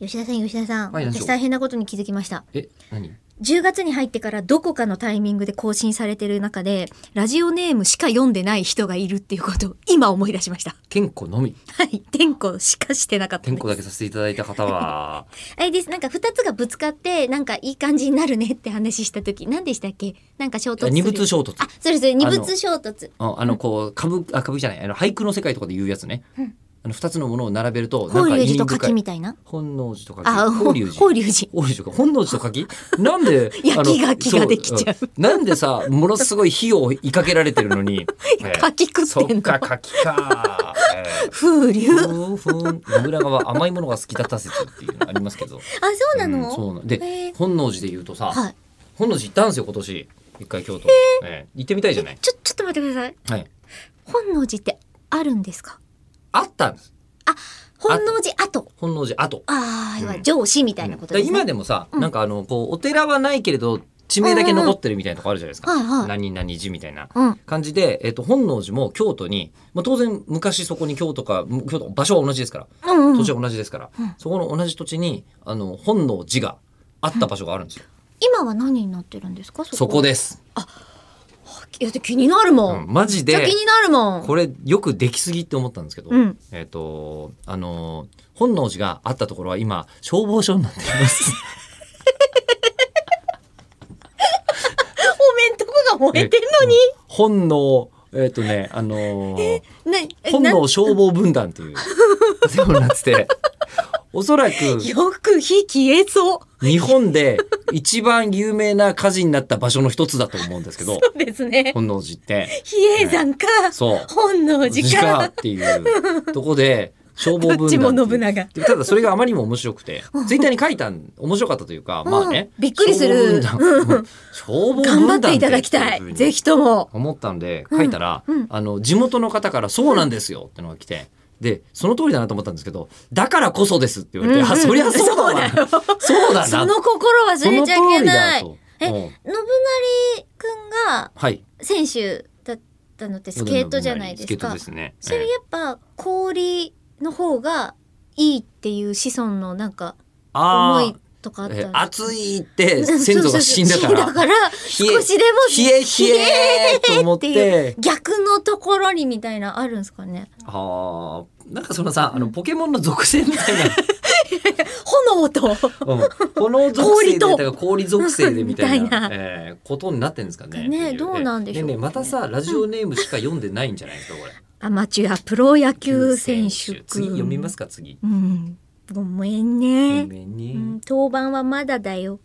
吉田さん、吉田さん。はい何でし私ょう大変なことに気づきました。え、何10月に入ってからどこかのタイミングで更新されてる中で、ラジオネームしか読んでない人がいるっていうことを今思い出しました。 健康のみ。はい。天候しかしてなかった健で康す。だけさせていただいた 方は、あれです。なんか2つがぶつかって、なんかいい感じになるねって話した時、何でしたっけなんか衝突する。二物突。衝突あ。、それそれ、二物衝突。ああの、こう、歌舞、あ、歌舞伎じゃない、あの、俳句の世界とかで言うやつね。あの、二つのものを並べると、法なんか隆意味寺と深柿い。みたいな。本能寺とか。あ、法法隆隆寺。寺。法隆寺か本能寺と柿なんであ の焼き柿ができちゃうそんなんでさものすごい火を追いかけられてるの に、ええ柿食そってんっの。か柿か、ええ風流。あ、ふんふん野村川甘いものが好きだった説っていうのありますけど そうなうんの、そうなんへでえ本能寺で言うとさ、はい。本能寺行ったんですよ今年一回京都、ええ行ってみたいじゃない、ちょ、ちょっと待ってください。はい、本能寺ってあるんですかあったんです本能寺跡。本能寺後ああ、うん要は上司みたいなことうんですね。だから今でもさ、うんなんかあのこうお寺はないけれど地名だけ残ってるみたいなとこあるじゃないですか、はいはい何々寺みたいなうん。感じで、えっと、本能寺も京都に、まあ、当然昔そこに京都かむ京都場所は同じですからうん、う土ん地。は同じですから、うんそこの同じ土地にあの本能寺があった場所があるんですよ、今は何になってるんですかそこそこ。です、いや、気になるも。うんん、マジじゃあで気になるもん。これよくできすぎって思ったんですけど、うん。えっ、とあの本能寺があったところは今消防署になっています お面とこが燃えてんのに。本能えっ、とねあのーね、え本な能消防分団 という建物になってておそらくよく火消えそう。日本で一番有名な火事になった場所の一つだと思うんですけそどうですね。本能寺って比叡山か、そう本能寺寺かっ。ていうとこで消防どっ分ち団っていもう信長。でただそれがあまりにも面白くてツイッターに書いたん面白かったというか、まあねうんびっくりする消防分団消防頑張っ分て団いただきたってうふうい。にぜひとも。思ったんで書いたら、うんうんあの地元の方から「そうなんですよ」ってのが来て。でその通りだなと思ったんですけど「だからこそです」って言われてう「んうんあそりゃそうだわそうだよそうだな」その心忘れちゃいけない。信その通りだとえうん成くんがはい選手だったのってスケートじゃないでスケすートかで。すねそれやっぱ氷の方がいいっていう子孫のなんか思いあとかああったんえですか暑 いって先祖が死んだかそうそうそう死少らしでも冷え冷えと思っ冷えて逆のところにみたいなあるんですかねあーなんかそのさあのポケモンの属性みたいな、 炎とうん、この属性氷でとだから氷属性でみたいな みたいなえーことになってんですかね。ねっていどうなんでしょうねねまたさラジオネームしか読んでないんじゃないですかこれ。 アマチュアプロ野球選手くん次読みますか次。うんごめんごね、めんね。うん、当番はまだだよ